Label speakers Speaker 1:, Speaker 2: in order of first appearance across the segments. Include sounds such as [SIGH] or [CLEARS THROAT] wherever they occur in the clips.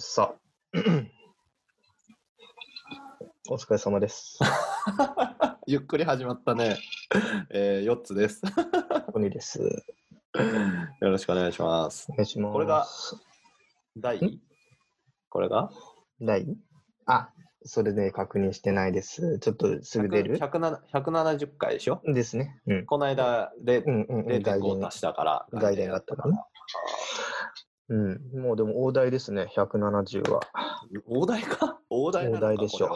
Speaker 1: さ
Speaker 2: [CLEARS THROAT]
Speaker 1: あ。お疲れ様です。
Speaker 2: ゆっくり始まっ
Speaker 1: [LAUGHS]
Speaker 2: たね。えー、4つです。よ
Speaker 1: 鬼です。
Speaker 2: ろしくお願いします
Speaker 1: お。願いします。
Speaker 2: これが第
Speaker 1: ん
Speaker 2: これが
Speaker 1: 第あ、それで確認してないです。ちょっとすぐ出る
Speaker 2: 100 170回でしょ
Speaker 1: ですね。うん。
Speaker 2: この間で
Speaker 1: うんうんうん。外
Speaker 2: 0.5
Speaker 1: 伝
Speaker 2: 足したから。
Speaker 1: 外伝があったかな。うん。もうでも大台ですね、170は。
Speaker 2: 大台か大台なのか
Speaker 1: 大台でしょう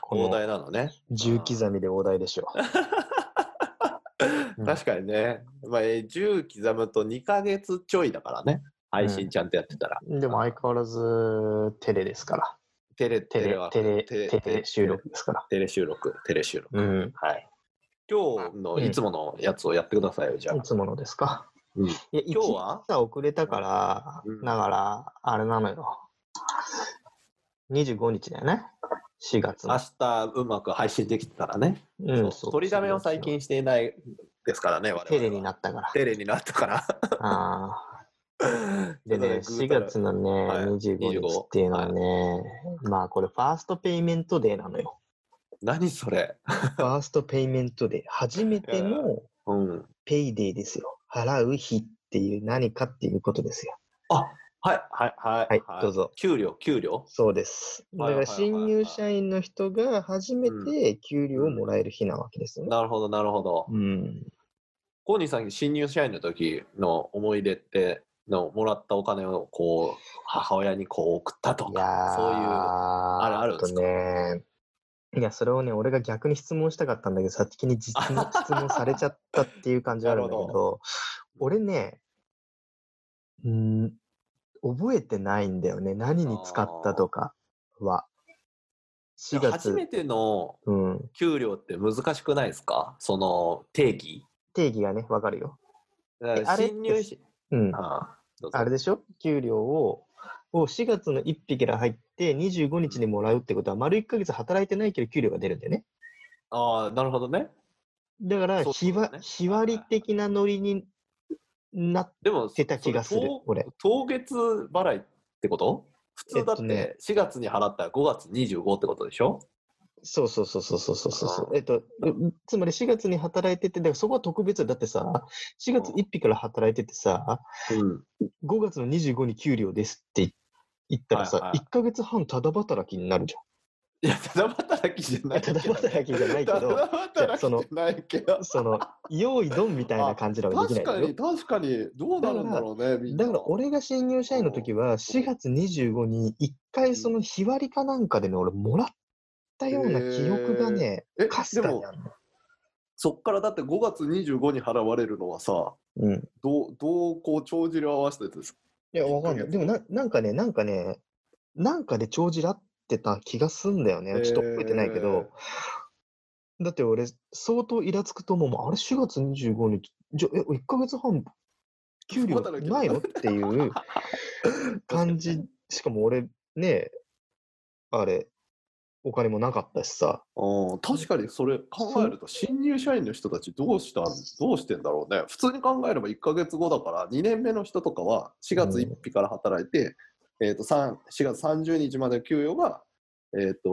Speaker 2: これは
Speaker 1: この
Speaker 2: 大台なのね。
Speaker 1: 重刻みで大台でしょうん
Speaker 2: 確かにね。まあ、えー10刻むと2ヶ月ちょいだからね。配信ちゃんとやってたら。 [LAUGHS]
Speaker 1: う。でも相変わらずテレですから。
Speaker 2: テレ、
Speaker 1: テ
Speaker 2: テレ
Speaker 1: レ
Speaker 2: は、、
Speaker 1: テレ、
Speaker 2: テレ
Speaker 1: テレ収録ですから。
Speaker 2: テレ収録、テレ収録。
Speaker 1: うん。
Speaker 2: はい。今日のいつものやつをやってくださいよ、じゃあ
Speaker 1: い。つものですか。
Speaker 2: うん
Speaker 1: いや
Speaker 2: 今日は
Speaker 1: 一日遅れたから、
Speaker 2: うん
Speaker 1: だから、あれなのよ。25日だよね。4月の
Speaker 2: 明。日うまく配信できてたらね、
Speaker 1: うん、
Speaker 2: そう取りだめを最。近していないですからね、我々は
Speaker 1: テレになったから。
Speaker 2: テレになったから。
Speaker 1: あーで
Speaker 2: [LAUGHS] とい
Speaker 1: ね、
Speaker 2: うこと
Speaker 1: 4月のね、
Speaker 2: はい
Speaker 1: 25日っていうのはね、まあこれ、ファーストペイメントデーなのよ。
Speaker 2: 何それ。
Speaker 1: ファーストペイメントデー、初めての
Speaker 2: うん。
Speaker 1: ペイデーですよ。払う日っていう何かっていうことですよ。
Speaker 2: あはい、はい、はい。
Speaker 1: はいどうぞ。
Speaker 2: 給料、給料。
Speaker 1: そうです。だ
Speaker 2: はい
Speaker 1: か
Speaker 2: はい
Speaker 1: ら
Speaker 2: はいは
Speaker 1: 新
Speaker 2: い
Speaker 1: 入社員の人が初めて給料をもらえる日なわけですよね。
Speaker 2: なるほど、なるほど。
Speaker 1: うん。
Speaker 2: コーニーさん、新入社員の時の思い出って、のもらったお金をこう母親にこう送ったと
Speaker 1: いや
Speaker 2: か、そういう。
Speaker 1: あ
Speaker 2: れあるんですか
Speaker 1: ね。いや、それをね、俺が逆に質問したかったんだけど、先に実の質問されちゃったっていう感じはあるんだけ
Speaker 2: なる
Speaker 1: ど、俺ね、うん、覚えてないんだよね。何に使ったとかは。4
Speaker 2: 初
Speaker 1: 月、
Speaker 2: めての
Speaker 1: うん、
Speaker 2: 給料って難しくないですかその定義。
Speaker 1: 定義がね、わかるよ。えあれって
Speaker 2: 新入社
Speaker 1: うん。
Speaker 2: ああどうぞ
Speaker 1: あれでしょ給料をを4月の1日から入って25日にもらうってことは丸1ヶ月働いてないけど給料が出るんだよね。
Speaker 2: ああ、なるほどね。
Speaker 1: だから
Speaker 2: そう
Speaker 1: 日
Speaker 2: そう
Speaker 1: は
Speaker 2: だね
Speaker 1: 日割り的なノリになっ
Speaker 2: でも、
Speaker 1: てた気がす
Speaker 2: それ
Speaker 1: る
Speaker 2: 当
Speaker 1: 俺。
Speaker 2: 当月払いってこと普通だっ
Speaker 1: えっとね
Speaker 2: て4月に払ったら5月25ってことでしょ
Speaker 1: そうそうそうそうそうそうそう
Speaker 2: あ。ー
Speaker 1: えっと、うつまり4月に働いてて、だからそこは特別だってさ、4月1日から働いててさ、
Speaker 2: うん。
Speaker 1: 5月の25に給料ですって言ったら
Speaker 2: はい
Speaker 1: さ
Speaker 2: は、い
Speaker 1: 1ヶ月半ただ働きになるじ
Speaker 2: いや、ただ働きじゃ
Speaker 1: ゃ。
Speaker 2: なんい
Speaker 1: た
Speaker 2: けど
Speaker 1: だ
Speaker 2: ね、
Speaker 1: 働きじゃないけ
Speaker 2: た
Speaker 1: ど、
Speaker 2: だ働きじゃないけど。
Speaker 1: その、用意ドンみたいな感じなのはできな
Speaker 2: 確
Speaker 1: いの
Speaker 2: か
Speaker 1: よ。
Speaker 2: に、確かに、どうなるんだろうね、みんな。
Speaker 1: だから俺が新入社員の時は4月25に1回その日割りかなんかでね俺もらったような記憶がね
Speaker 2: え、
Speaker 1: かす
Speaker 2: で
Speaker 1: かに
Speaker 2: も
Speaker 1: あ、るの
Speaker 2: そっからだって5月25に払われるのはさ、
Speaker 1: うん、い
Speaker 2: どう、どう、こう、帳尻を合わせてです。
Speaker 1: やわかんないでもななんかねなんかねなんかで帳尻合ってた気がすんだよねちょっと覚えてないけど、だって俺相当イラつくと思うもんあれ4月25日じゃえ1ヶ月半給料ないのって
Speaker 2: [LAUGHS]
Speaker 1: いう感じしかも俺ねあれお金もなかったしさ
Speaker 2: うん確かにそれ考えると新入社員の人たちどうしたんどうしてんだろうね普通に考えれば1ヶ月後だから2年目の人とかは4月1日から働いて、えー、と三4月30日まで給与が、えー、と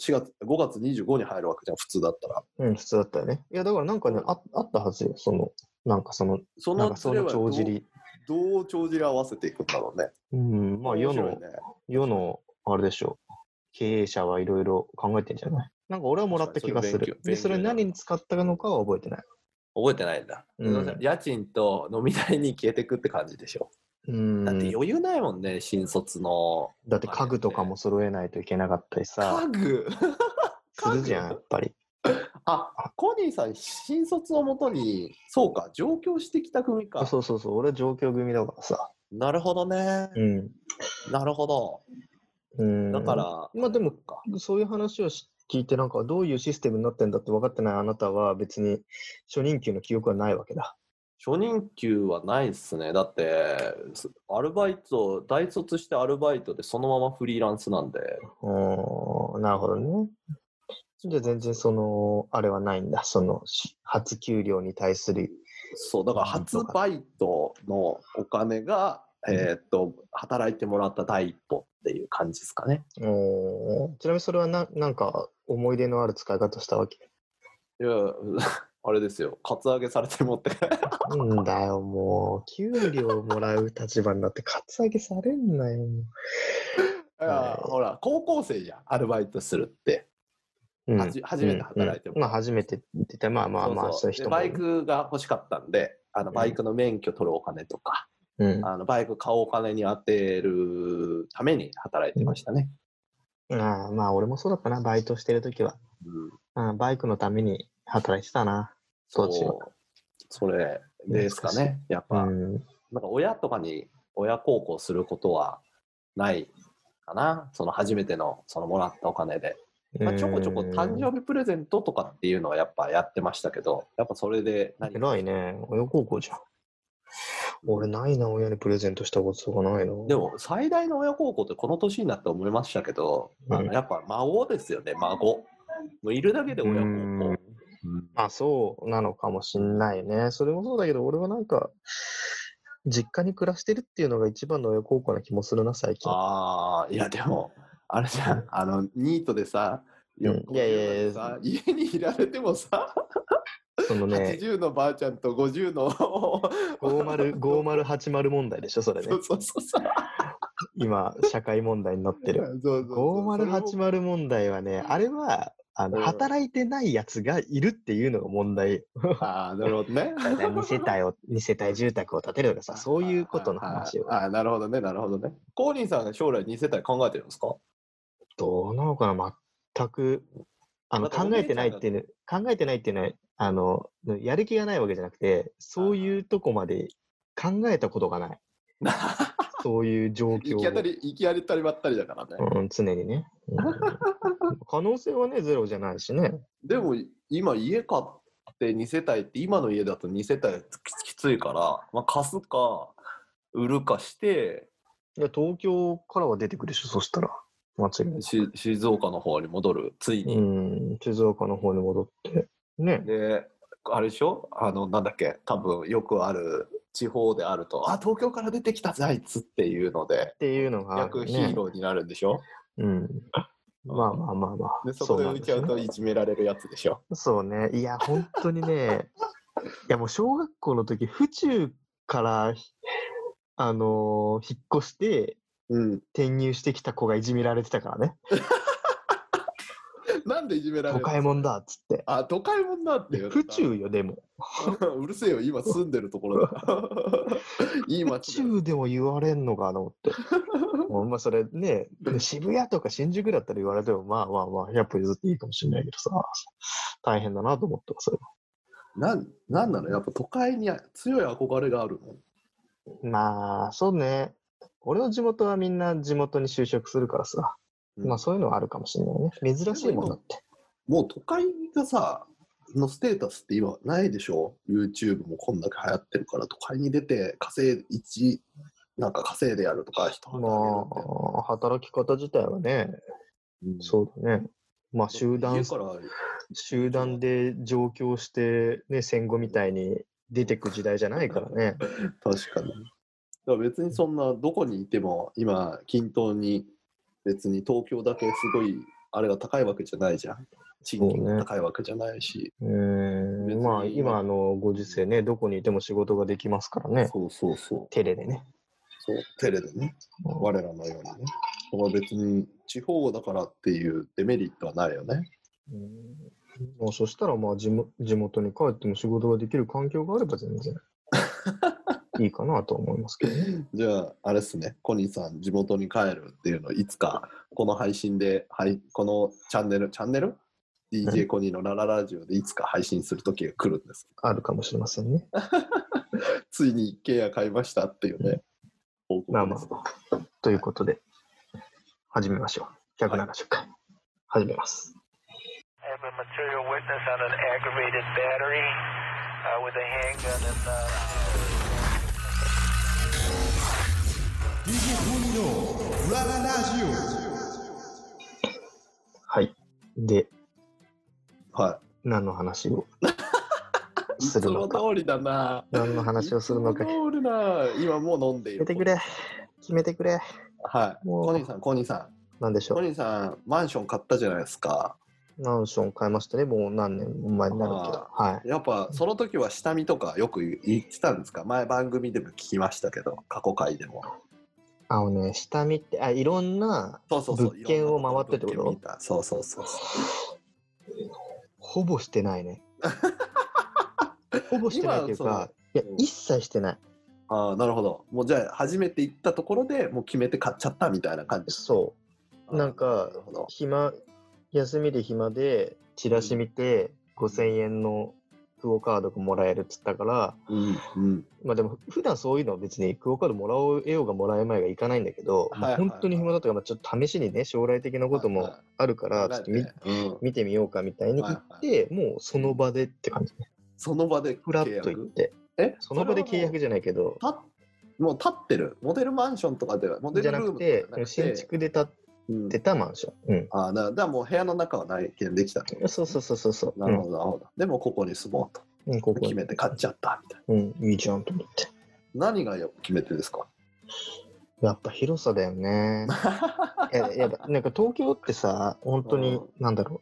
Speaker 2: 4月5月25に入るわけじゃん普通だったら
Speaker 1: うん、普通だったよね。いや、だからなんかね、ああったはずよ。その、なんかその、
Speaker 2: そ
Speaker 1: なん
Speaker 2: の
Speaker 1: か
Speaker 2: そ
Speaker 1: そ
Speaker 2: れ
Speaker 1: の
Speaker 2: は
Speaker 1: 帳
Speaker 2: どう
Speaker 1: 尻。
Speaker 2: どう帳尻合わせていくんだろうね。
Speaker 1: うん、まあ世
Speaker 2: 面白い
Speaker 1: の、
Speaker 2: ね
Speaker 1: 世の、あれでしょう。経営者はいろいろ考えてんじゃないなんか俺はもらった気がす
Speaker 2: 確か
Speaker 1: る。
Speaker 2: にそれ勉強
Speaker 1: で、それ
Speaker 2: 勉強
Speaker 1: 何に使ったのかは覚えてない。
Speaker 2: 覚えてないんだ、
Speaker 1: うん
Speaker 2: 家賃と飲み代に消えてくって感じでしょ、
Speaker 1: うん。
Speaker 2: だって
Speaker 1: だ
Speaker 2: 余裕ないもんね新卒の
Speaker 1: って家具とかも揃えないといけなかったりさ
Speaker 2: 家、具
Speaker 1: するじゃん、やっぱり。
Speaker 2: あコニーさん、新卒をもとに、そうか、上京してきた組か。
Speaker 1: そうそうそう、俺は状況組だからさ。
Speaker 2: なるほどね。
Speaker 1: うん。
Speaker 2: なるほど。
Speaker 1: うん、
Speaker 2: だから、
Speaker 1: まあでも
Speaker 2: か。
Speaker 1: そういう話をし聞いて、なんかどういうシステムになってんだって分かってないあなたは別に初任給の記憶はないわけだ。
Speaker 2: 初任給はないっすね。だって、すアルバイト、大卒してアルバイトでそのままフリーランスなんで、
Speaker 1: おーなるほどね。じゃあ全然その、あれはないんだ。その、し初給料に対する。
Speaker 2: そう、だから
Speaker 1: うん
Speaker 2: 初バイトのお金が、えーっと、働いてもらった第一歩っていう感じですかね。
Speaker 1: おーちなみにそれはななんか思い出のある使い方したわけ
Speaker 2: いや、 [LAUGHS] あれですよ、カツアゲされて持って帰る。
Speaker 1: なんだよ、もう。給料もらう立場になって、カツアゲされんなよ、も
Speaker 2: いや [LAUGHS] ほら、高校生じゃん、アルバイトするって。
Speaker 1: う。うん
Speaker 2: はじ初めて働いて
Speaker 1: うん
Speaker 2: も
Speaker 1: うんまあ、初めてって言ったら、まあまあまあ、
Speaker 2: そ
Speaker 1: そうういう人
Speaker 2: そうで
Speaker 1: も。
Speaker 2: バイクが欲しかったんで、あの
Speaker 1: ん
Speaker 2: バイクの免許取るお金とか、
Speaker 1: うん。あ
Speaker 2: あのバイク買うお金に当てるために働いてましたね。
Speaker 1: あまあ、俺もそうだったな、バイトしてるときは。
Speaker 2: うん、
Speaker 1: ああバイクのために働いてたな。
Speaker 2: そう
Speaker 1: どう
Speaker 2: それですかね、やっ
Speaker 1: う
Speaker 2: ぱ、
Speaker 1: ん。
Speaker 2: なんか親とかに親孝行することはないかな、その初めてのそのもらったお金で。まあ、ちょこちょこ誕生日プレゼントとかっていうのはやっぱやってましたけど、やっぱそれで何
Speaker 1: 偉いね。親孝行じゃん。俺、ないな、親にプレゼントしたことがないの。
Speaker 2: でも最大の親孝行ってこの年になって思いましたけど、
Speaker 1: うん
Speaker 2: あのやっぱ孫ですよね孫もういるだけで
Speaker 1: う
Speaker 2: 親孝行
Speaker 1: ん、まあそうなのかもしんないね。それもそうだけど、俺はなんか、実家に暮らしてるっていうのが一番の親孝行な気もするな、最近。
Speaker 2: ああいやでもあれじゃんあのニートでさ、
Speaker 1: うんいやいやいや
Speaker 2: さ家にいられてもさ、
Speaker 1: そのね、
Speaker 2: 80のばあちゃんと50の
Speaker 1: 50、5080問題でしょ、それね
Speaker 2: そ。うそうそうそう
Speaker 1: 今、社会問題になってる。
Speaker 2: そうそうそれも
Speaker 1: 5080問題はね、あれは、あの、
Speaker 2: うん
Speaker 1: 働いてないやつがいるっていうのが問題。
Speaker 2: ああなるほどね
Speaker 1: だいたい2世帯を、2世帯住宅を建てるとかさ、そういうことの話を。
Speaker 2: ああなるほどねなるほどねコーリンさんが将来2世帯考えてるんですか
Speaker 1: どうなのかな、全く。あの
Speaker 2: だか
Speaker 1: 考
Speaker 2: らお姉
Speaker 1: えてないっていうの、考えてないっていうのは、あの、やる気がないわけじゃなくて、そういうとこまで考えたことが
Speaker 2: [LAUGHS]
Speaker 1: ない。そういう状況
Speaker 2: 行き当たり行き当たりばったりだからね、
Speaker 1: を、うん、常にね、うん可能性はね、ゼロじゃないしね。
Speaker 2: でも今家買って2世帯って今の家だと2世帯きついから、まあ、貸すか売るかして
Speaker 1: いや、東京からは出てくるでしょ、そしたら。間違いない。
Speaker 2: し静岡の方に戻るついうに、
Speaker 1: ん、静岡の方に戻って。ね。
Speaker 2: であれでしょあのなんだっけ多分よくある地方であると「あ東京から出てきたぜあいつ」っていうので
Speaker 1: っていうのがあるよね、
Speaker 2: 逆ヒーローになるんでしょ、
Speaker 1: うん。まあまあまあまあ。
Speaker 2: でそこで
Speaker 1: うなん
Speaker 2: 浮い
Speaker 1: です
Speaker 2: ちゃ
Speaker 1: よ
Speaker 2: う
Speaker 1: ね
Speaker 2: といじめられるやつでしょ
Speaker 1: そうね。いや、本当にね。いや、もう小学校の時、府中から、ひあのー引っ越して、
Speaker 2: うん
Speaker 1: 転入してきた子がいじめられてたからね。
Speaker 2: なんでいじめられ
Speaker 1: 都
Speaker 2: るの
Speaker 1: 会もんだっつって。
Speaker 2: あ都会もんだっていう
Speaker 1: 府中よ、でも。
Speaker 2: [LAUGHS] うるせえよ、今住んでるところだ [LAUGHS] から。いい
Speaker 1: 府
Speaker 2: 街だよ
Speaker 1: 中でも言われんのかなって。もうまあ、それね、渋谷とか新宿だったら言われても、まあまあまあ、100歩譲っていいかもしれないけどさ、大変だなと思ってます。
Speaker 2: なんなんなのやっぱ都会に強い憧れがあるの
Speaker 1: まあ、そうね。俺の地元はみんな地元に就職するからさ。
Speaker 2: うん
Speaker 1: まあそういうのはあるかもしれないね。珍しいもんだって。
Speaker 2: もう都会がさ、のステータスって今ないでしょ ?YouTube もこんだけ流行ってるから、都会に出て稼い、一、なんか稼いでやるとか、人
Speaker 1: まあ、働き方自体はね、そうだね。まあ集団
Speaker 2: 家、から
Speaker 1: 集団で上京して、ね、戦後みたいに出てく時代じゃないからね。
Speaker 2: 確かに。だから別にそんなどこにいても今均等に別に東京だけすごいあれが高いわけじゃないじゃん。賃金
Speaker 1: そう
Speaker 2: が
Speaker 1: ね
Speaker 2: 高いわけじゃないし。
Speaker 1: うー
Speaker 2: 別
Speaker 1: ん。
Speaker 2: に
Speaker 1: まあ今のご時世ね、どこにいても仕事ができますからね。
Speaker 2: そうそうそう。
Speaker 1: テレでね。
Speaker 2: そうテレでね、我らのようにね。だから別に地方だからっていうデメリットはないよね。
Speaker 1: うんまあ、そしたらまあ地も地元に帰っても仕事ができる環境があれば全
Speaker 2: [LAUGHS]
Speaker 1: 然いいかなとは思いますけどね。
Speaker 2: じゃあ、あれっすね、コニーさん、地元に帰るっていうのをいつかこの配信で、はい、このチャンネル、チャンネル ?DJ コニーのラララジオでいつか配信する時が来るんです。
Speaker 1: あるかもしれませんね。
Speaker 2: ついに一軒家買いましたっていうね、報
Speaker 1: まあ
Speaker 2: 告
Speaker 1: ま
Speaker 2: です。
Speaker 1: あ。ということで、始めましょう。170回。始めます。
Speaker 3: I have a material witness on an aggravated battery uh, with a handgun and. Uh
Speaker 4: DJ コニーのラララジ
Speaker 1: はい。で、
Speaker 2: は [LAUGHS]
Speaker 1: 何の話を
Speaker 2: いつ
Speaker 1: する
Speaker 2: も
Speaker 1: の
Speaker 2: 通
Speaker 1: か。
Speaker 2: りだな。
Speaker 1: 何の話をするのか
Speaker 2: いつ。も通りだ。今もう飲んでい
Speaker 1: 決めて
Speaker 2: る。
Speaker 1: くれ。決めてくれ。
Speaker 2: はい。
Speaker 1: もう
Speaker 2: コニーさん、コニーさ
Speaker 1: なんでし
Speaker 2: ん。
Speaker 1: ょ
Speaker 2: コ
Speaker 1: う。
Speaker 2: ニーさん、マンション買ったじゃないですか。
Speaker 1: マンション買いましたね。もう何年も前になるけど。はい。
Speaker 2: やっぱ、その時は下見とかよく言ってたんですか前番組でも聞きましたけど、過去回でも。
Speaker 1: あのね、下見って、あ、いろんな、
Speaker 2: そうそうそう。
Speaker 1: 物件を回ってってこと
Speaker 2: いろんな物件見たそうそうそうそう。
Speaker 1: ほぼしてない
Speaker 2: [LAUGHS]
Speaker 1: ね。ほぼしてないっていうか、い
Speaker 2: 今
Speaker 1: や
Speaker 2: そう、
Speaker 1: 一切してない。
Speaker 2: ああ、なるほど。もうじゃあ、初めて行ったところでもう決めて買っちゃったみたいな感じです。
Speaker 1: そなんか
Speaker 2: なるほど
Speaker 1: う。。暇、休みで暇で、チラシ見て、5000円のクオカードがもらえるっつったから、
Speaker 2: うんうん。
Speaker 1: まあでも、普段そういうのは別にクオカードもらおうようがもらえまいがいかないんだけど、
Speaker 2: はいはいはい
Speaker 1: もう本当に暇だったから、まあちょっと試しにね、将来的なこと
Speaker 2: はい
Speaker 1: も
Speaker 2: はい
Speaker 1: あるから、ちょっと見,、
Speaker 2: うん、
Speaker 1: 見てみようかみたいに行って、もうその場でって感じ。
Speaker 2: その場で
Speaker 1: ふらっと行っ
Speaker 2: 約
Speaker 1: て。
Speaker 2: え
Speaker 1: その場で契約じゃないけど、
Speaker 2: たもう立ってるモデルマンションとかではモデ
Speaker 1: じ
Speaker 2: ル
Speaker 1: ゃ
Speaker 2: ル
Speaker 1: な
Speaker 2: ー
Speaker 1: く
Speaker 2: ムとかじゃ
Speaker 1: て、新築で建っ
Speaker 2: うん
Speaker 1: てたマンション。うん。
Speaker 2: ああなだからもう部屋の中は内見できたと
Speaker 1: そうそうそうそうそう。
Speaker 2: なるほどなるほど、でもここに住もう
Speaker 1: うん。うん、ことこ
Speaker 2: 決めて買っちゃったみたい
Speaker 1: うん、いいじゃんと思って。
Speaker 2: な何がよ決めてですか
Speaker 1: やっぱ広さだよね。いややっぱなんか東京ってさ、本当に
Speaker 2: うん、
Speaker 1: なんだろ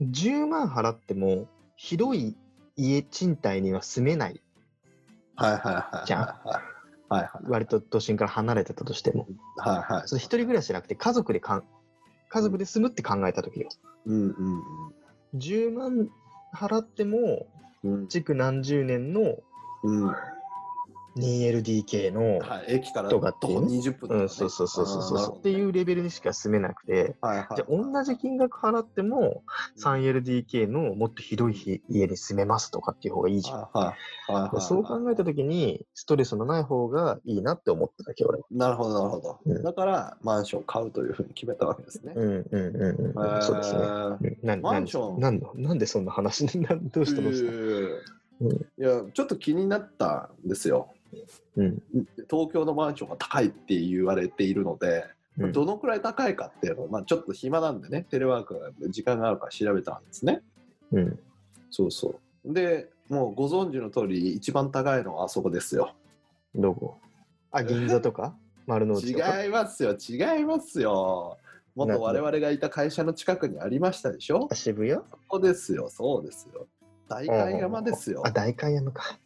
Speaker 1: う。10万払っても、広い家賃貸には住めない。
Speaker 2: はいはいはい
Speaker 1: じゃん
Speaker 2: はいはいはい
Speaker 1: 割と都心から離れてたとしても。
Speaker 2: はいはい
Speaker 1: それ一人暮らしじゃなくて、家族でかん、家族で住むって考えた時よ。
Speaker 2: うんうん
Speaker 1: 10万払っても、
Speaker 2: うん
Speaker 1: 築何十年の
Speaker 2: うん、うん
Speaker 1: 2LDK の、
Speaker 2: はい、駅から
Speaker 1: とかって
Speaker 2: 徒
Speaker 1: いう
Speaker 2: 歩
Speaker 1: ね
Speaker 2: 20分とか、
Speaker 1: うん、そうそうそうそうそう。って
Speaker 2: う、
Speaker 1: いうレベルにしか住めなくて、
Speaker 2: はいはい、
Speaker 1: じゃあ同じ金額払っても 3LDK のもっと広いひ家に住めますとかっていう方がいいじゃん。
Speaker 2: はいはいはいはいはい
Speaker 1: そう考えた時にストレスのない方がいいなって思っただけ俺は。
Speaker 2: なるほどなるほど、
Speaker 1: うん
Speaker 2: だからマンション買うというふうに決めたわけですね、
Speaker 1: うんうんうんうん。そうですね。うんなん
Speaker 2: マンション
Speaker 1: なんなんなんでそんな話 [LAUGHS] になんどうしたどうした、
Speaker 2: いやちょっと気になったんですよ
Speaker 1: うん
Speaker 2: 東京のマンションが高いって言われているので、
Speaker 1: うん
Speaker 2: どのくらい高いかっていうのを、まあ、ちょっと暇なんでねテレワークなんで時間があるから調べたんですね
Speaker 1: うん、
Speaker 2: そうそうでもうご存知の通り一番高いのはあそこですよ
Speaker 1: どこあ、銀座とか丸の内とか
Speaker 2: 違いますよ違いますよ
Speaker 1: な
Speaker 2: 元我々がいた会社の近くにありましたでしょ
Speaker 1: あ渋谷
Speaker 2: そこですよそうですよ代官山ですよ
Speaker 1: あ、代官山か。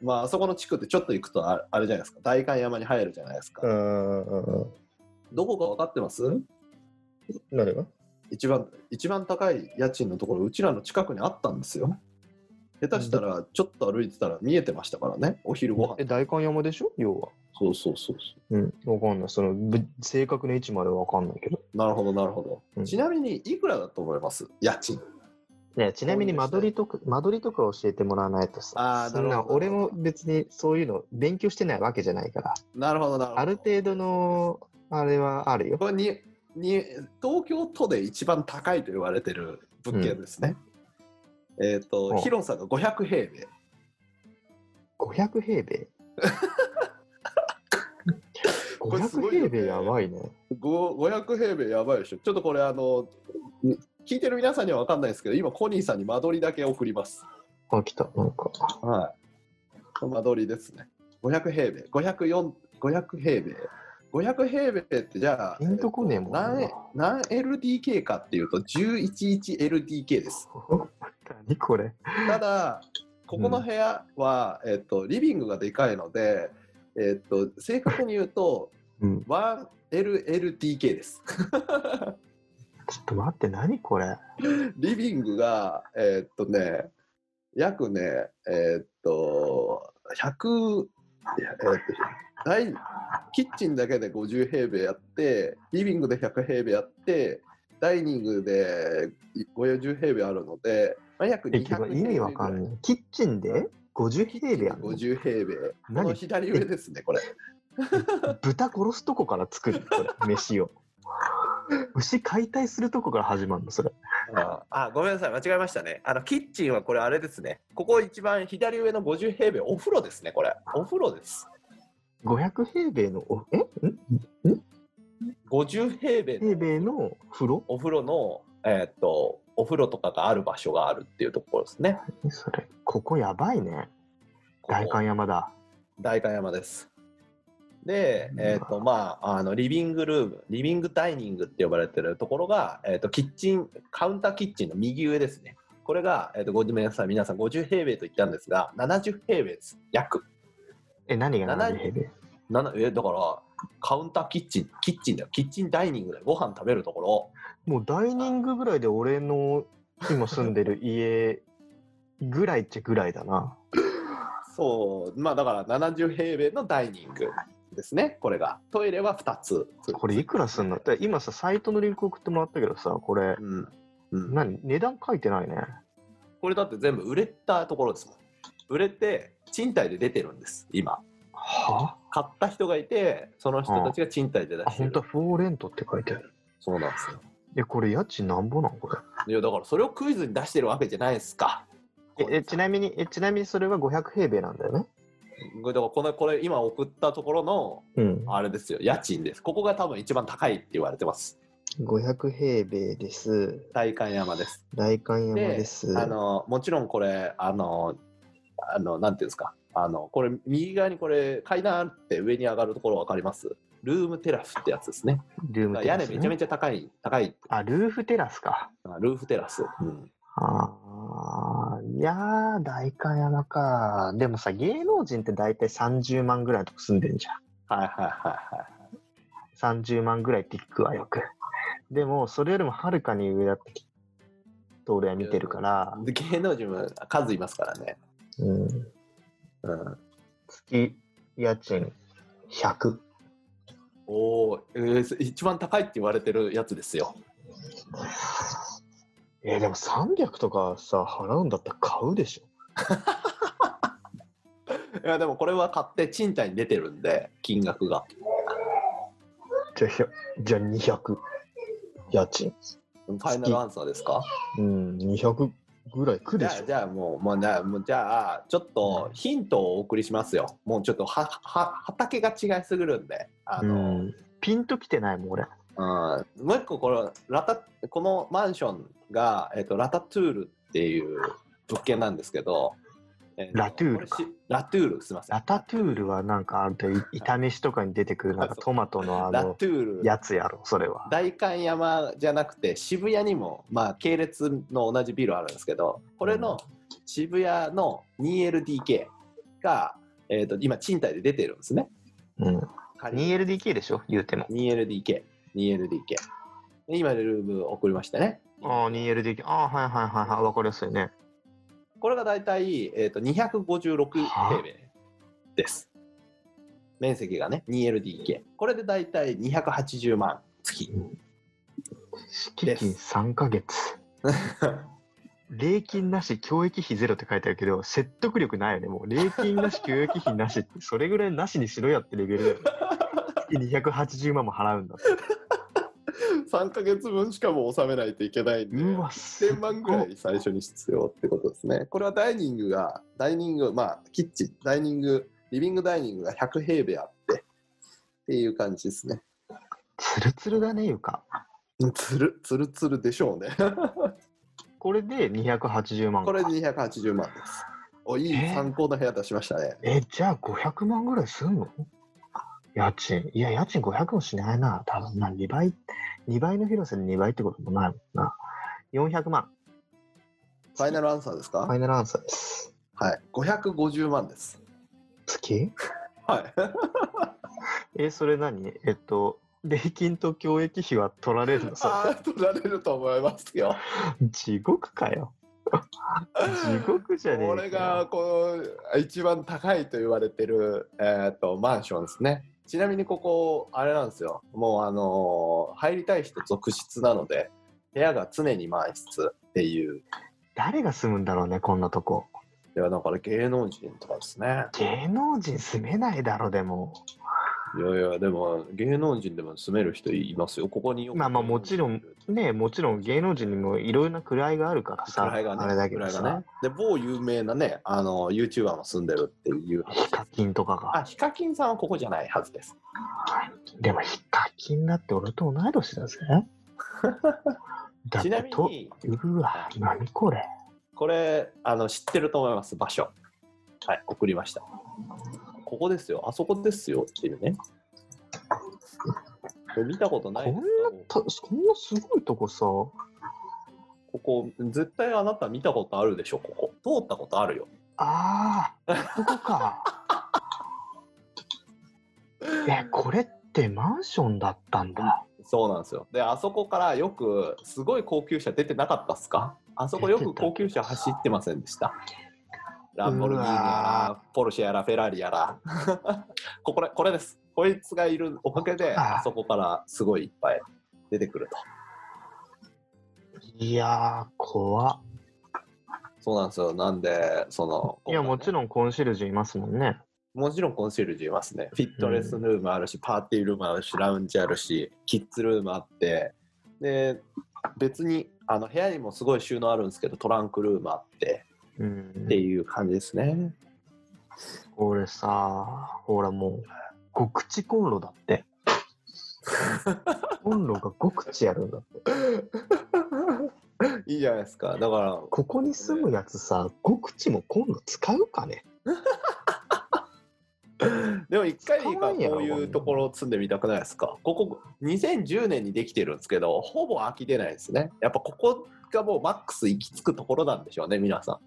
Speaker 2: まあ、あそこの地区ってちょっと行くとああれじゃないですか代官山に入るじゃないですか、
Speaker 1: うんうんうん。
Speaker 2: どこか分かってます
Speaker 1: 誰が
Speaker 2: 一番一番高い家賃のところうちらの近くにあったんですよ下手したらちょっと歩いてたら見えてましたからねお昼ご飯
Speaker 1: え、代官山でしょ要は。
Speaker 2: そうそうそうそ
Speaker 1: うん、わかんない。その、ぶ正確な位置までわかんないけど。
Speaker 2: うなるほどなるほど、
Speaker 1: うん
Speaker 2: ちなみにいくらだと思います家賃
Speaker 1: ね、ちなみに間取りとか、間取りとか教えてもらわないと
Speaker 2: あ
Speaker 1: さ
Speaker 2: ー、
Speaker 1: そん
Speaker 2: なる
Speaker 1: な
Speaker 2: ほど
Speaker 1: 俺も別にそういうの勉強してないわけじゃないから、
Speaker 2: なるほどなるほど
Speaker 1: ある程度のあれはあるよ。
Speaker 2: これにに東京都で一番高いと言われてる物件ですね、えっ、と
Speaker 1: うん
Speaker 2: 広さが500平米
Speaker 1: 500平米
Speaker 2: [LAUGHS] これすご
Speaker 1: ?500
Speaker 2: い
Speaker 1: 平
Speaker 2: よね
Speaker 1: 米やばいね。
Speaker 2: ご500平米やばいでしょちょっとこれあのん聞いてる皆さんには分かんないですけど今コニーさんに間取りだけ送ります
Speaker 1: あ、来た。なんか、
Speaker 2: はい間取りですね500平米504500平米500平米ってじゃあ
Speaker 1: ピンとこねえもんな
Speaker 2: 何何 LDK かっていうと 111LDK です
Speaker 1: 何これ。
Speaker 2: ただここの部屋は、えっと、リビングがでかいので、えっと、正確に言うと
Speaker 1: うん、
Speaker 2: 1LLDK です
Speaker 1: ちょっと待って、何これ。
Speaker 2: リビングが、えーっとね、約ね、えーっと、100、いやえーっと大、キッチンだけで50平米やって、リビングで100平米やって、ダイニングで50平米あるので、まあ、約
Speaker 1: え、
Speaker 2: 200
Speaker 1: て
Speaker 2: 平
Speaker 1: か
Speaker 2: 米
Speaker 1: 意味わかんない。キッチンで50平米やんの。
Speaker 2: 50平米。この
Speaker 1: 何
Speaker 2: 左上ですね、これ。
Speaker 1: 豚殺すとこから作るこれ飯
Speaker 2: [LAUGHS]
Speaker 1: を牛解体するとこから始まるのそれ
Speaker 2: あ [LAUGHS] あ、ごめんなさい、間違えましたね。あの、キッチンはこれあれですね。ここ一番左上の50平米、お風呂ですね、これ。お風呂です。
Speaker 1: 500平米のおえん
Speaker 2: 50平米
Speaker 1: 平米の風呂
Speaker 2: お風呂の、えーっとお風呂とかがある場所があるっていうところですね。
Speaker 1: 何それここやばいね。代官山だ。
Speaker 2: 代官山です。で
Speaker 1: う、わ
Speaker 2: えっとまあ、あのリビングルームリビングダイニングって呼ばれてるところが、えっとキッチンカウンターキッチンの右上ですねこれが、えっとごめんなさい皆さん50平米と言ったんですが70平米です約
Speaker 1: え、何が
Speaker 2: 70
Speaker 1: 70平米
Speaker 2: なえだからカウンターキッチンキッチンだよキッチンダイニングでご飯食べるところ
Speaker 1: もうダイニングぐらいで俺の今住んでる家ぐらいっちゃぐらいだな。
Speaker 2: そうまあだから70平米のダイニングですねこれがトイレは2つ
Speaker 1: これいくらすんのだから今さ、サイトのリンク送ってもらったけどさ、これ、
Speaker 2: うん、うん、
Speaker 1: 何値段書いてないね。
Speaker 2: これだって全部売れたところですもん売れて賃貸で出てるんです今
Speaker 1: は
Speaker 2: 買った人がいてその人たちが賃貸で出
Speaker 1: あ、
Speaker 2: して
Speaker 1: 本
Speaker 2: る
Speaker 1: 当はフォーレントって書いてある。
Speaker 2: そうなんですよ
Speaker 1: え、これ家賃なんぼなんこれ。
Speaker 2: いやだからそれをクイズに出してるわけじゃないですか
Speaker 1: ええちなみにえちなみにそれは500平米なんだよね。
Speaker 2: これだからこのこれ今送ったところの
Speaker 1: うん。
Speaker 2: あれですよ家賃ですここが多分一番高いって言われてます
Speaker 1: 500平米です。
Speaker 2: 代官山です
Speaker 1: 代官山
Speaker 2: で
Speaker 1: です。
Speaker 2: あのもちろんこれあのあのなんていうんですかあのこれ右側にこれ階段あって上に上がるところ分かりますルームテラスってやつですね
Speaker 1: ルームテ
Speaker 2: 屋
Speaker 1: ラ
Speaker 2: 根
Speaker 1: ス、
Speaker 2: めちゃめ
Speaker 1: ね。
Speaker 2: ちゃ高い、高い、
Speaker 1: あ、ルーフテラスか。
Speaker 2: ルーフテラス。
Speaker 1: ああ、いやー、代官山か。でもさ、芸能人って大体30万ぐらいのとこ住んでんじゃん。
Speaker 2: はいはいはいはい。
Speaker 1: 30万ぐらいって聞くわよく。でも、それよりもはるかに上だってきっと俺は見てるから、
Speaker 2: で芸能人も数いますからね。
Speaker 1: うん、
Speaker 2: うん、
Speaker 1: 月家賃100。
Speaker 2: おお、えー一番高いって言われてるやつですよ。
Speaker 1: えーでも300とかさ、払うんだったら買うでしょ。
Speaker 2: いやでもこれは買って賃貸に出てるんで、金額が。
Speaker 1: じゃあひゃ、じゃあ200。家賃。
Speaker 2: ファイナルアンサーですか
Speaker 1: うん、200ぐらいく
Speaker 2: じ
Speaker 1: で
Speaker 2: ゃ
Speaker 1: し
Speaker 2: あ、
Speaker 1: ょ。
Speaker 2: じゃあもう、もうなもうじゃあ、ちょっとヒントをお送りしますよ。もうちょっとはは畑が違いすぎるんで。あ
Speaker 1: う
Speaker 2: の
Speaker 1: ん、ピンときてないもん、俺。
Speaker 2: うんもう一個このラタこのマンションが、えっとラタトゥールっていう物件なんですけど、えっと
Speaker 1: ラトゥールか
Speaker 2: これしラトゥールすみません
Speaker 1: ラタトゥールはなんかあるとい炒めしとかに出てくるなんかトマトのあ
Speaker 2: ラ
Speaker 1: の
Speaker 2: トゥール
Speaker 1: やつやろそれは
Speaker 2: 代官山じゃなくて渋谷にも、まあ、系列の同じビルあるんですけどこれの渋谷の 2LDK が、えっと今賃貸で出てるんですね
Speaker 1: うん
Speaker 2: 仮に
Speaker 1: 2LDK でしょ言うても
Speaker 2: 2LDK2LDK 今ルーム送りましたね
Speaker 1: ああ 2LDK ああはいはいはいはいわかりやすいね
Speaker 2: これが大体、えー、と256平米です。面積がね、2LDK。これで大体280万 [LAUGHS] 月。
Speaker 1: 敷金3ヶ月礼金なし教育費ゼロって書いてあるけど説得力ないよねもう礼金なし教育費なしってそれぐらいなしにしろやってレベルだよね月280万も払うんだって
Speaker 2: 3ヶ月分しかも納めないといけないんで、
Speaker 1: うわす
Speaker 2: 1000万ぐらい最初に必要ってことですね。これはダイニングが、ダイニング、まあ、キッチン、ダイニング、リビングダイニングが100平米あって、っていう感じですね。
Speaker 1: ツルツルだね床
Speaker 2: つる、つるつるでしょうね。
Speaker 1: これで280万か
Speaker 2: これで280万です。お、いい
Speaker 1: えー
Speaker 2: 参考の部屋出しましたね。
Speaker 1: え、じゃあ500万ぐらいすんの家賃。いや、家賃500もしないな。多分な、2倍、2倍の広さで2倍ってこともないもんな。400万。
Speaker 2: ファイナルアンサーですか
Speaker 1: ファイナルアンサーです。
Speaker 2: はい、550万です。
Speaker 1: 月
Speaker 2: はい。
Speaker 1: え、それ何えっと、礼金と教育費は取られるのさ。
Speaker 2: あ、 [LAUGHS] 取られると思いますよ。
Speaker 1: 地獄かよ。地獄じゃねえかよ
Speaker 2: これがこの一番高いと言われてる、えー、とマンションですね。ちなみにここあれなんですよ。もうあのー入りたい人続出なので部屋が常に満室っていう。
Speaker 1: 誰が住むんだろうね、こんなとこ。
Speaker 2: いやだから芸能人とかですね。
Speaker 1: 芸能人住めないだろ、でも。
Speaker 2: いやいやでも芸能人でも住める人いますよ。ここによく
Speaker 1: まあまあもちろんねえ、もちろん芸能人にもいろいろな位があるからさ、
Speaker 2: 位がね、
Speaker 1: あれだけど
Speaker 2: 位
Speaker 1: さ、
Speaker 2: がね。で、某有名なね、あの、YouTuber も住んでるっていう話
Speaker 1: ヒカキンとかが。
Speaker 2: あ、ヒカキンさんはここじゃないはずです。
Speaker 1: でも、ヒカキンだって俺と同い
Speaker 2: [LAUGHS]
Speaker 1: 年だぜ。だって
Speaker 2: ちなみ
Speaker 1: と
Speaker 2: に、
Speaker 1: うわ、何これ。
Speaker 2: これあの知ってると思います場所はい送りましたここですよあそこですよっていうねこれ見たことないですか
Speaker 1: たそんなすごいとこさ、
Speaker 2: ここ絶対あなた見たことあるでしょここ通ったことあるよ
Speaker 1: ああ、ここ
Speaker 2: [LAUGHS]
Speaker 1: か。え、これってマンションだったんだ。
Speaker 2: そうなんですよであそこからよくすごい高級車出てなかったっすかあそこよく高級車走ってませんでしたランボルギーニや
Speaker 1: う
Speaker 2: らポルシェやらフェラーリやら [LAUGHS] ここれこれですこいつがいるおかげで
Speaker 1: あー
Speaker 2: あそこからすごいいっぱい出てくると
Speaker 1: いやー、怖っ
Speaker 2: そうなんですよなんでその
Speaker 1: いや、もち
Speaker 2: ん
Speaker 1: ろんコンシェルジュいますもんね。
Speaker 2: もちろんコンシェルジュいますねフィットネスルームあるし、パーティールームあるしラウンジあるしキッズルームあってで別にあの部屋にもすごい収納あるんですけどトランクルームあって
Speaker 1: うん
Speaker 2: って。いう感じですね。
Speaker 1: これさ、ほらもう、極地コンロだっ
Speaker 2: [LAUGHS]
Speaker 1: て。コンロが極地やるんだって。
Speaker 2: いいじゃないですか。だから、
Speaker 1: ここに住むやつさ、極地もコンロ使うかね
Speaker 2: でも一回いい
Speaker 1: 使
Speaker 2: か
Speaker 1: わんやろ
Speaker 2: こういうところ住んでみたくないですか。ここ2010年にできてるんですけど、ほぼ飽きてないですね。やっぱここがもうマックス行き着くところなんでしょうね、皆さん。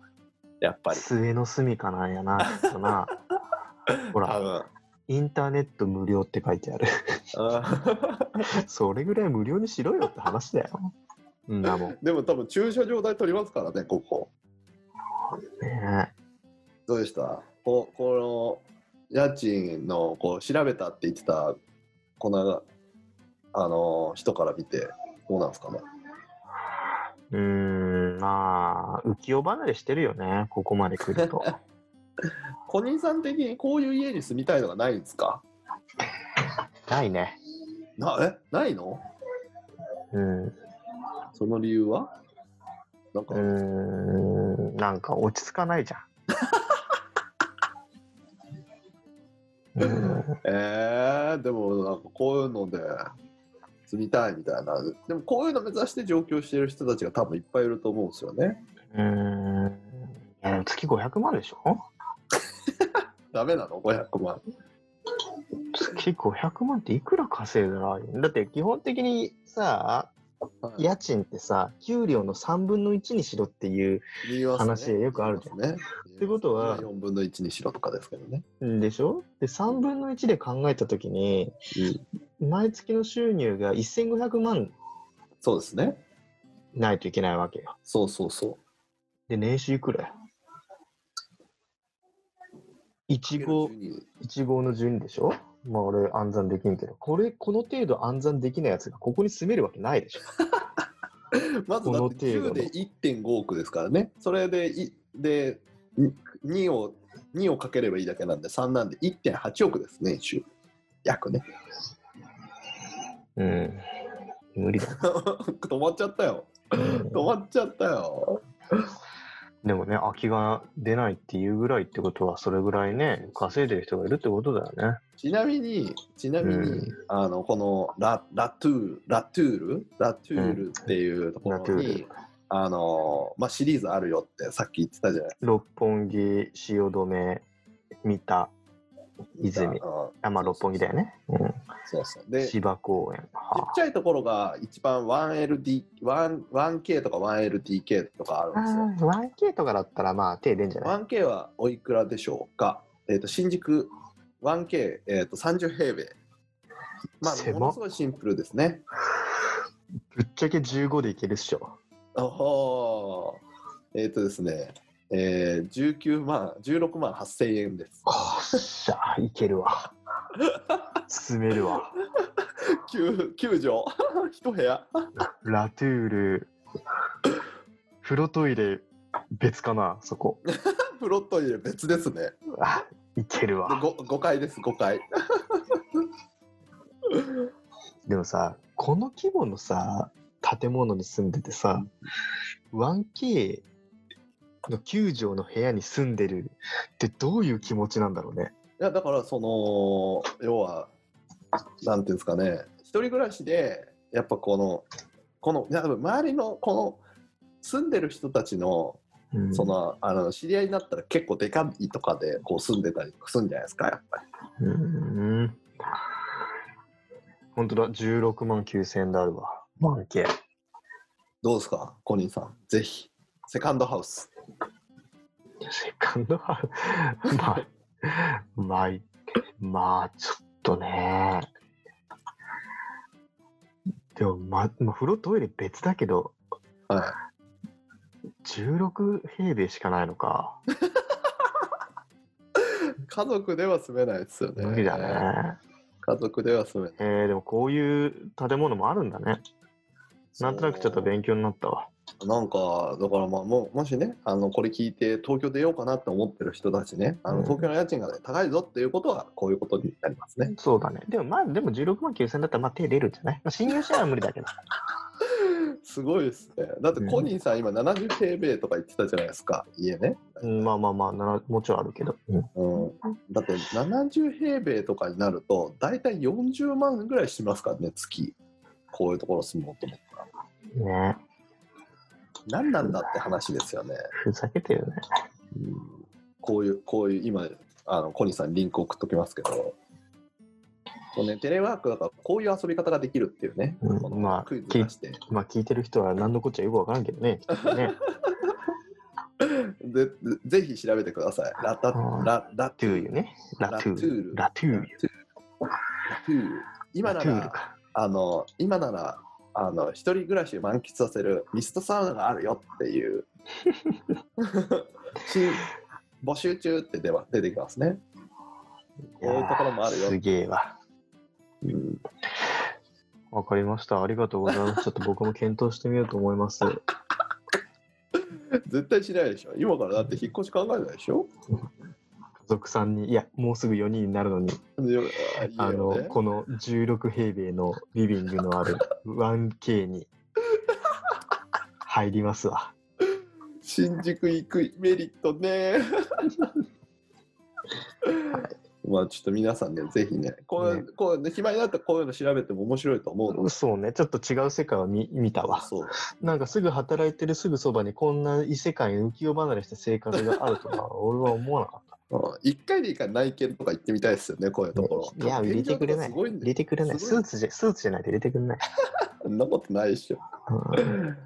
Speaker 2: やっぱり。
Speaker 1: 末の住みかなんやな、きっと [LAUGHS] な。ほ
Speaker 2: 多
Speaker 1: ら、
Speaker 2: 分。
Speaker 1: インターネット無料って書いてある。 [LAUGHS]
Speaker 2: うん [LAUGHS]
Speaker 1: それぐらい無料にしろよって話だよ。んなもんね
Speaker 2: でも多分駐車場代取りますからね、ここ。
Speaker 1: え。
Speaker 2: どうでしたここの家賃のこう調べたって言ってたこのあの人から見てどうなんですかね
Speaker 1: うーん、まあ、浮世離れしてるよね、ここまで来ると。
Speaker 2: 小人さん的にこういう家に住みたいのがないんですか
Speaker 1: [LAUGHS] ないね。
Speaker 2: なえないの
Speaker 1: うん。う
Speaker 2: その理由はなんか、
Speaker 1: ーん、なんか落ち着かないじゃ [LAUGHS] ん。うん、
Speaker 2: えー、でもなんかこういうので住みたいみたいなでもこういうの目指して上京してる人たちが多分いっぱいいると思うんですよね
Speaker 1: うーんいやでも月500万でしょ
Speaker 2: ダメなの500万
Speaker 1: [LAUGHS] 月500万っていくら稼いだらいいのだって基本的にさ、
Speaker 2: はい
Speaker 1: 家賃ってさ、給料の3分の1にしろっていう
Speaker 2: 言いますね
Speaker 1: 話よくあるじゃん
Speaker 2: 言いますね。
Speaker 1: ってことは
Speaker 2: 4分の1にしろとかですけどね。
Speaker 1: でしょで3分の1で考えた時に毎月の収入が1500万
Speaker 2: そうですね。
Speaker 1: ないといけないわけよ
Speaker 2: そうそうそ
Speaker 1: で年収いくらよ
Speaker 2: う。
Speaker 1: 1号1号の順でしょまあ俺暗算できんけどこれこの程度暗算できないやつがここに住めるわけないでしょ
Speaker 2: まず
Speaker 1: こ
Speaker 2: だ
Speaker 1: の
Speaker 2: って
Speaker 1: 程
Speaker 2: 9
Speaker 1: 度
Speaker 2: で1.5億ですからね。それでいでに2を2をかければいいだけなんで3なんで1.8億ですね、週。約ね。 [LAUGHS]
Speaker 1: うん無理だ、
Speaker 2: 止まっちゃったよ。
Speaker 1: うん
Speaker 2: 止まっちゃったよ。
Speaker 1: でもね空きが出ないっていうぐらいってことはそれぐらいね稼いでる人がいるってことだよね
Speaker 2: ちなみに、ちなみに、
Speaker 1: う
Speaker 2: あのこのララトゥール、ラトゥール、ラトゥールっていうとこ
Speaker 1: ラトゥ
Speaker 2: ろ
Speaker 1: ー
Speaker 2: に
Speaker 1: ル、
Speaker 2: あのまあ、シリーズあるよってさっき言ってたじゃない
Speaker 1: 六本木汐留三田泉
Speaker 2: うん
Speaker 1: あまあ六本木だよね、うん、
Speaker 2: そうそう。で、ちっ
Speaker 1: 芝公園。は
Speaker 2: ちゃいところが一番 1LD、1- 1K とか 1LDK とかある
Speaker 1: あ
Speaker 2: んですよ。
Speaker 1: 1K とかだったら、まあ、手出んじゃない
Speaker 2: 1K はおいくらでしょうかえっ、と、新宿 1K、えっ、と、30平米。まあ、
Speaker 1: 狭っ
Speaker 2: ものすごいシンプルですね。
Speaker 1: ぶっちゃけ15でいけるっしょ。
Speaker 2: おほーえっ、とですね、えー、19万、16万8000円です。
Speaker 1: あっしゃ、いけるわ。進めるわ。
Speaker 2: 9, [LAUGHS] 9畳、1部屋。
Speaker 1: ラトゥール、風呂トイレ、別かな、そこ。
Speaker 2: プロット入れ別ですね。
Speaker 1: あいける
Speaker 2: で
Speaker 1: わ。
Speaker 2: 5, 5階です、5階。
Speaker 1: でもさ、この規模のさ、建物に住んでてさ、1K の9畳の部屋に住んでるってどういう気持ちなんだろうね。
Speaker 2: いやだからその要はなんていうんですかね一人暮らしでやっぱこのこのいや多分周りのこの住んでる人たちの
Speaker 1: うん
Speaker 2: そのあの知り合いになったら結構でかいとかでこう住んでたりするんじゃないですかやっぱり
Speaker 1: うん。本当だ、16万9000円であるわ。万系。
Speaker 2: どうですかコニーさんぜひセカンドハウス
Speaker 1: セカンドは、まあ、 [LAUGHS] まあ、まあ、ちょっとね。でも、ま、まあ、風呂トイレ別だけど、
Speaker 2: は
Speaker 1: 16平米しかないのか。
Speaker 2: い家族では住めないですよね
Speaker 1: 無理だね。
Speaker 2: 家族では住めない
Speaker 1: えー、でもこういう建物もあるんだね。なんとなくちょっと勉強になったわ。
Speaker 2: なんかだからまあもうもしねあのこれ聞いて東京出ようかなって思ってる人たちねあ
Speaker 1: う
Speaker 2: の
Speaker 1: ん
Speaker 2: 東京の家賃が、ね高いぞっていうことはこういうことになりますね
Speaker 1: そうだね。でもまあ、でも16万9000だったらまあ手出るんじゃない、まあ、侵入者は無理だけど。
Speaker 2: すごいですねだって
Speaker 1: うん
Speaker 2: コニーさん今70平米とか言ってたじゃないですか家ね、
Speaker 1: うん、まあまあまあ、ならもちろんあるけど。うん
Speaker 2: うん、だって70平米とかになると大体40万ぐらいしますからね月こういうところ住もうと思ったら
Speaker 1: ね
Speaker 2: 何なんだって話ですよね、
Speaker 1: ふざけてるね。
Speaker 2: うん、こういうこういう今あのコニーさんにリンク送っときますけどこうね、テレワークだからこういう遊び方ができるっていうね、
Speaker 1: うん
Speaker 2: この
Speaker 1: まあ
Speaker 2: クイズ出して
Speaker 1: まあ聞いてる人は何のこっちゃよくわからんけどね。きっと
Speaker 2: [LAUGHS]
Speaker 1: ね
Speaker 2: でぜぜひ調べてくださいラタ
Speaker 1: うん
Speaker 2: ララト
Speaker 1: ト
Speaker 2: ゥ
Speaker 1: ゥ
Speaker 2: ー
Speaker 1: ーユね。ラトゥ
Speaker 2: ラトゥー
Speaker 1: ー
Speaker 2: ル
Speaker 1: ユ。ラトゥーユ。
Speaker 2: ラトゥール今な
Speaker 1: ラトゥール
Speaker 2: ら
Speaker 1: か。
Speaker 2: あの今ならあの一人暮らしを満喫させるミストサウナがあるよっていう
Speaker 1: [LAUGHS]
Speaker 2: [LAUGHS] 新募集中って出は出てきますね。こういうところもあるよ
Speaker 1: すげえわ。
Speaker 2: うん
Speaker 1: わかりました。ありがとうござい
Speaker 2: [LAUGHS]
Speaker 1: ます。ちょっと僕も検討してみようと思います。
Speaker 2: 絶対しないでしょ。今からだって引っ越し考えないでしょ。
Speaker 1: 家族さんに、いや、もうすぐ4人になるのに、
Speaker 2: で
Speaker 1: あの、
Speaker 2: 家をね
Speaker 1: この16平米のリビングのある 1K に入りますわ。
Speaker 2: 新宿行くメリットね。まあちょっと皆さんね、ぜひね、こう,、
Speaker 1: ね
Speaker 2: こうね、暇になったらこういうの調べても面白いと思うので、
Speaker 1: そうね、ちょっと違う世界を見見たわ。
Speaker 2: そう
Speaker 1: なんかすぐ働いてるすぐそばにこんな異世界に浮世離れした生活があるとは俺は思わなかっ
Speaker 2: うん一回でいいから内見とか行ってみたいですよね、こういうとこ
Speaker 1: た。
Speaker 2: ろ。
Speaker 1: いや、入れてくれない。
Speaker 2: すごいん
Speaker 1: 入
Speaker 2: で
Speaker 1: れてくれない。
Speaker 2: す
Speaker 1: ス
Speaker 2: ご
Speaker 1: ー
Speaker 2: い
Speaker 1: ツじゃ、スーツじゃないと入れてくれない。
Speaker 2: そんなことないでしょ。
Speaker 1: うん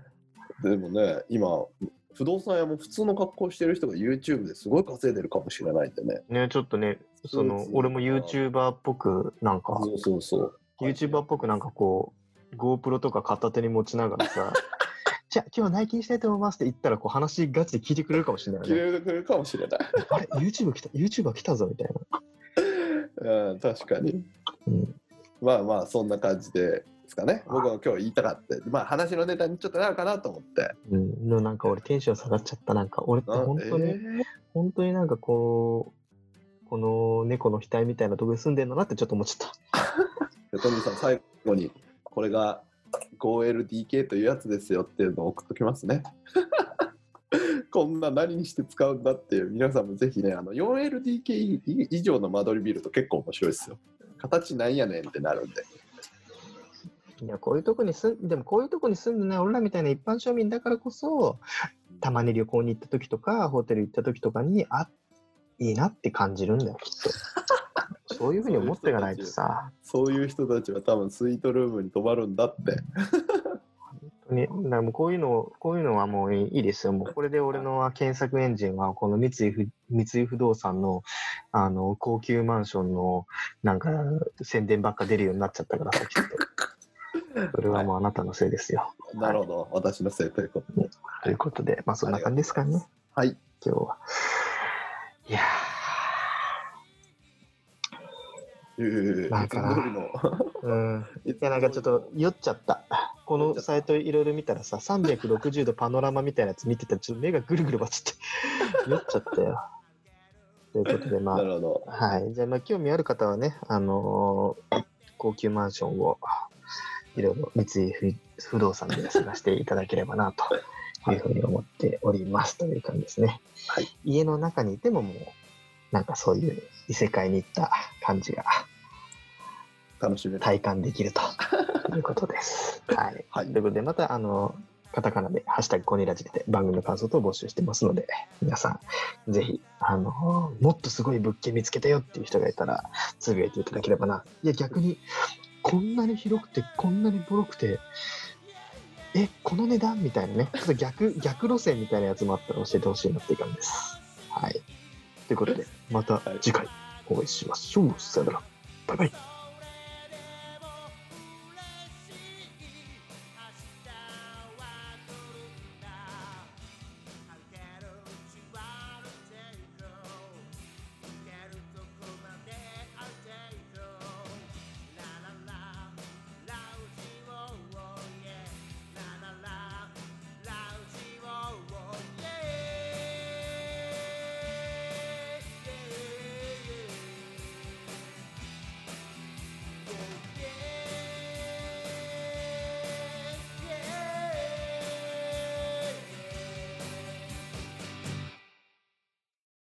Speaker 2: でもね、今、不動産屋も普通の格好してる人が YouTube ですごい稼いでるかもしれないんでね。
Speaker 1: ね、ちょっとね、その
Speaker 2: スーツ、
Speaker 1: 俺も YouTuber っぽく、なんか、
Speaker 2: そうそうそう。
Speaker 1: YouTuber っぽくなんかこう、GoPro とか片手に持ちながら [LAUGHS] さ、じゃあ今日内勤したいと思いますって言ったら、こう話ガチで聞いてくれるかもしれない
Speaker 2: 切
Speaker 1: よね。
Speaker 2: れてくれるかもしれない。
Speaker 1: あれ、YouTube 来た、YouTuber 来たぞみたいな。
Speaker 2: うん、確かに。
Speaker 1: うん
Speaker 2: まあまあ、そんな感じで。ですかね、僕は今日言いたかった、まあ、話のネタにちょっとなるかなと思って。
Speaker 1: うん、のなんか俺テンション下がっちゃった。なんか俺って
Speaker 2: な
Speaker 1: 本当に、
Speaker 2: えー
Speaker 1: 本当になんかこう、この猫の額みたいなとこに住んでんだなってちょっと思っちゃっ
Speaker 2: でトミーさん、最後にこれが 5LDK というやつですよっていうのを送っときますね。 [LAUGHS] こんな何にして使うんだっていう皆さんもぜひねあの 4LDK 以上の間取り見ると結構面白いですよ。形なんやねんってなるんで。
Speaker 1: た。いや、こういうとこに住ん、でもこういうとこに住んでない俺らみたいな一般庶民だからこそ、たまに旅行に行った時とか、ホテル行った時とかに、あ、いいなって感じるんだよ、きっと。そういうふうに思っていかないとさ、
Speaker 2: そういう人たちは多分スイートルームに泊まるんだって。
Speaker 1: ね、だからもうこういうの、こういうのはもういいですよ。もうこれで俺の検索エンジンは、この三井不三井不動産の、あの、高級マンションの、なんか、宣伝ばっか出るようになっちゃったからさ、きっと。それはもうあなたのせいですよ。
Speaker 2: なるほど、私のせいということ。
Speaker 1: ということで、まあそんな感じですかね、
Speaker 2: はい、
Speaker 1: 今日は。いや
Speaker 2: えー、
Speaker 1: なん
Speaker 2: いつ
Speaker 1: かな
Speaker 2: も通りの。
Speaker 1: ー、うん。
Speaker 2: い
Speaker 1: いやなんかちょっと酔っちゃった。このサイトいろいろ見たらさ、360度パノラマみたいなやつ見てたら、ちょっと目がぐるぐるばっちゃって、酔っちゃったよ。ということで、ま
Speaker 2: [LAUGHS] な
Speaker 1: あ、
Speaker 2: るほど。
Speaker 1: はい。じゃあ、まあ、興味ある方はね、あのー高級マンションを、いろいろ三井不不動産で探していただければな、というふうに思っております、という感じですね。
Speaker 2: はい
Speaker 1: 家の中にいてももう、なんかそういう異世界に行った感じが
Speaker 2: 楽しめる。
Speaker 1: 体感できるということです。はい。
Speaker 2: はい [LAUGHS]
Speaker 1: ということで、また、あの、カタカナで、ハッシュタグコニラジで番組の感想等を募集してますので、皆さん、ぜひ、あのーもっとすごい物件見つけたよっていう人がいたら、つぶやいていただければな。いや、逆に、こんなに広くて、こんなにボロくて、え、この値段みたいなね、ちょっと逆、 [LAUGHS] 逆路線みたいなやつもあったら教えてほしいなっていう感じです。はい。ということで、また次回お会いしましょう。さよなら。バイバイ。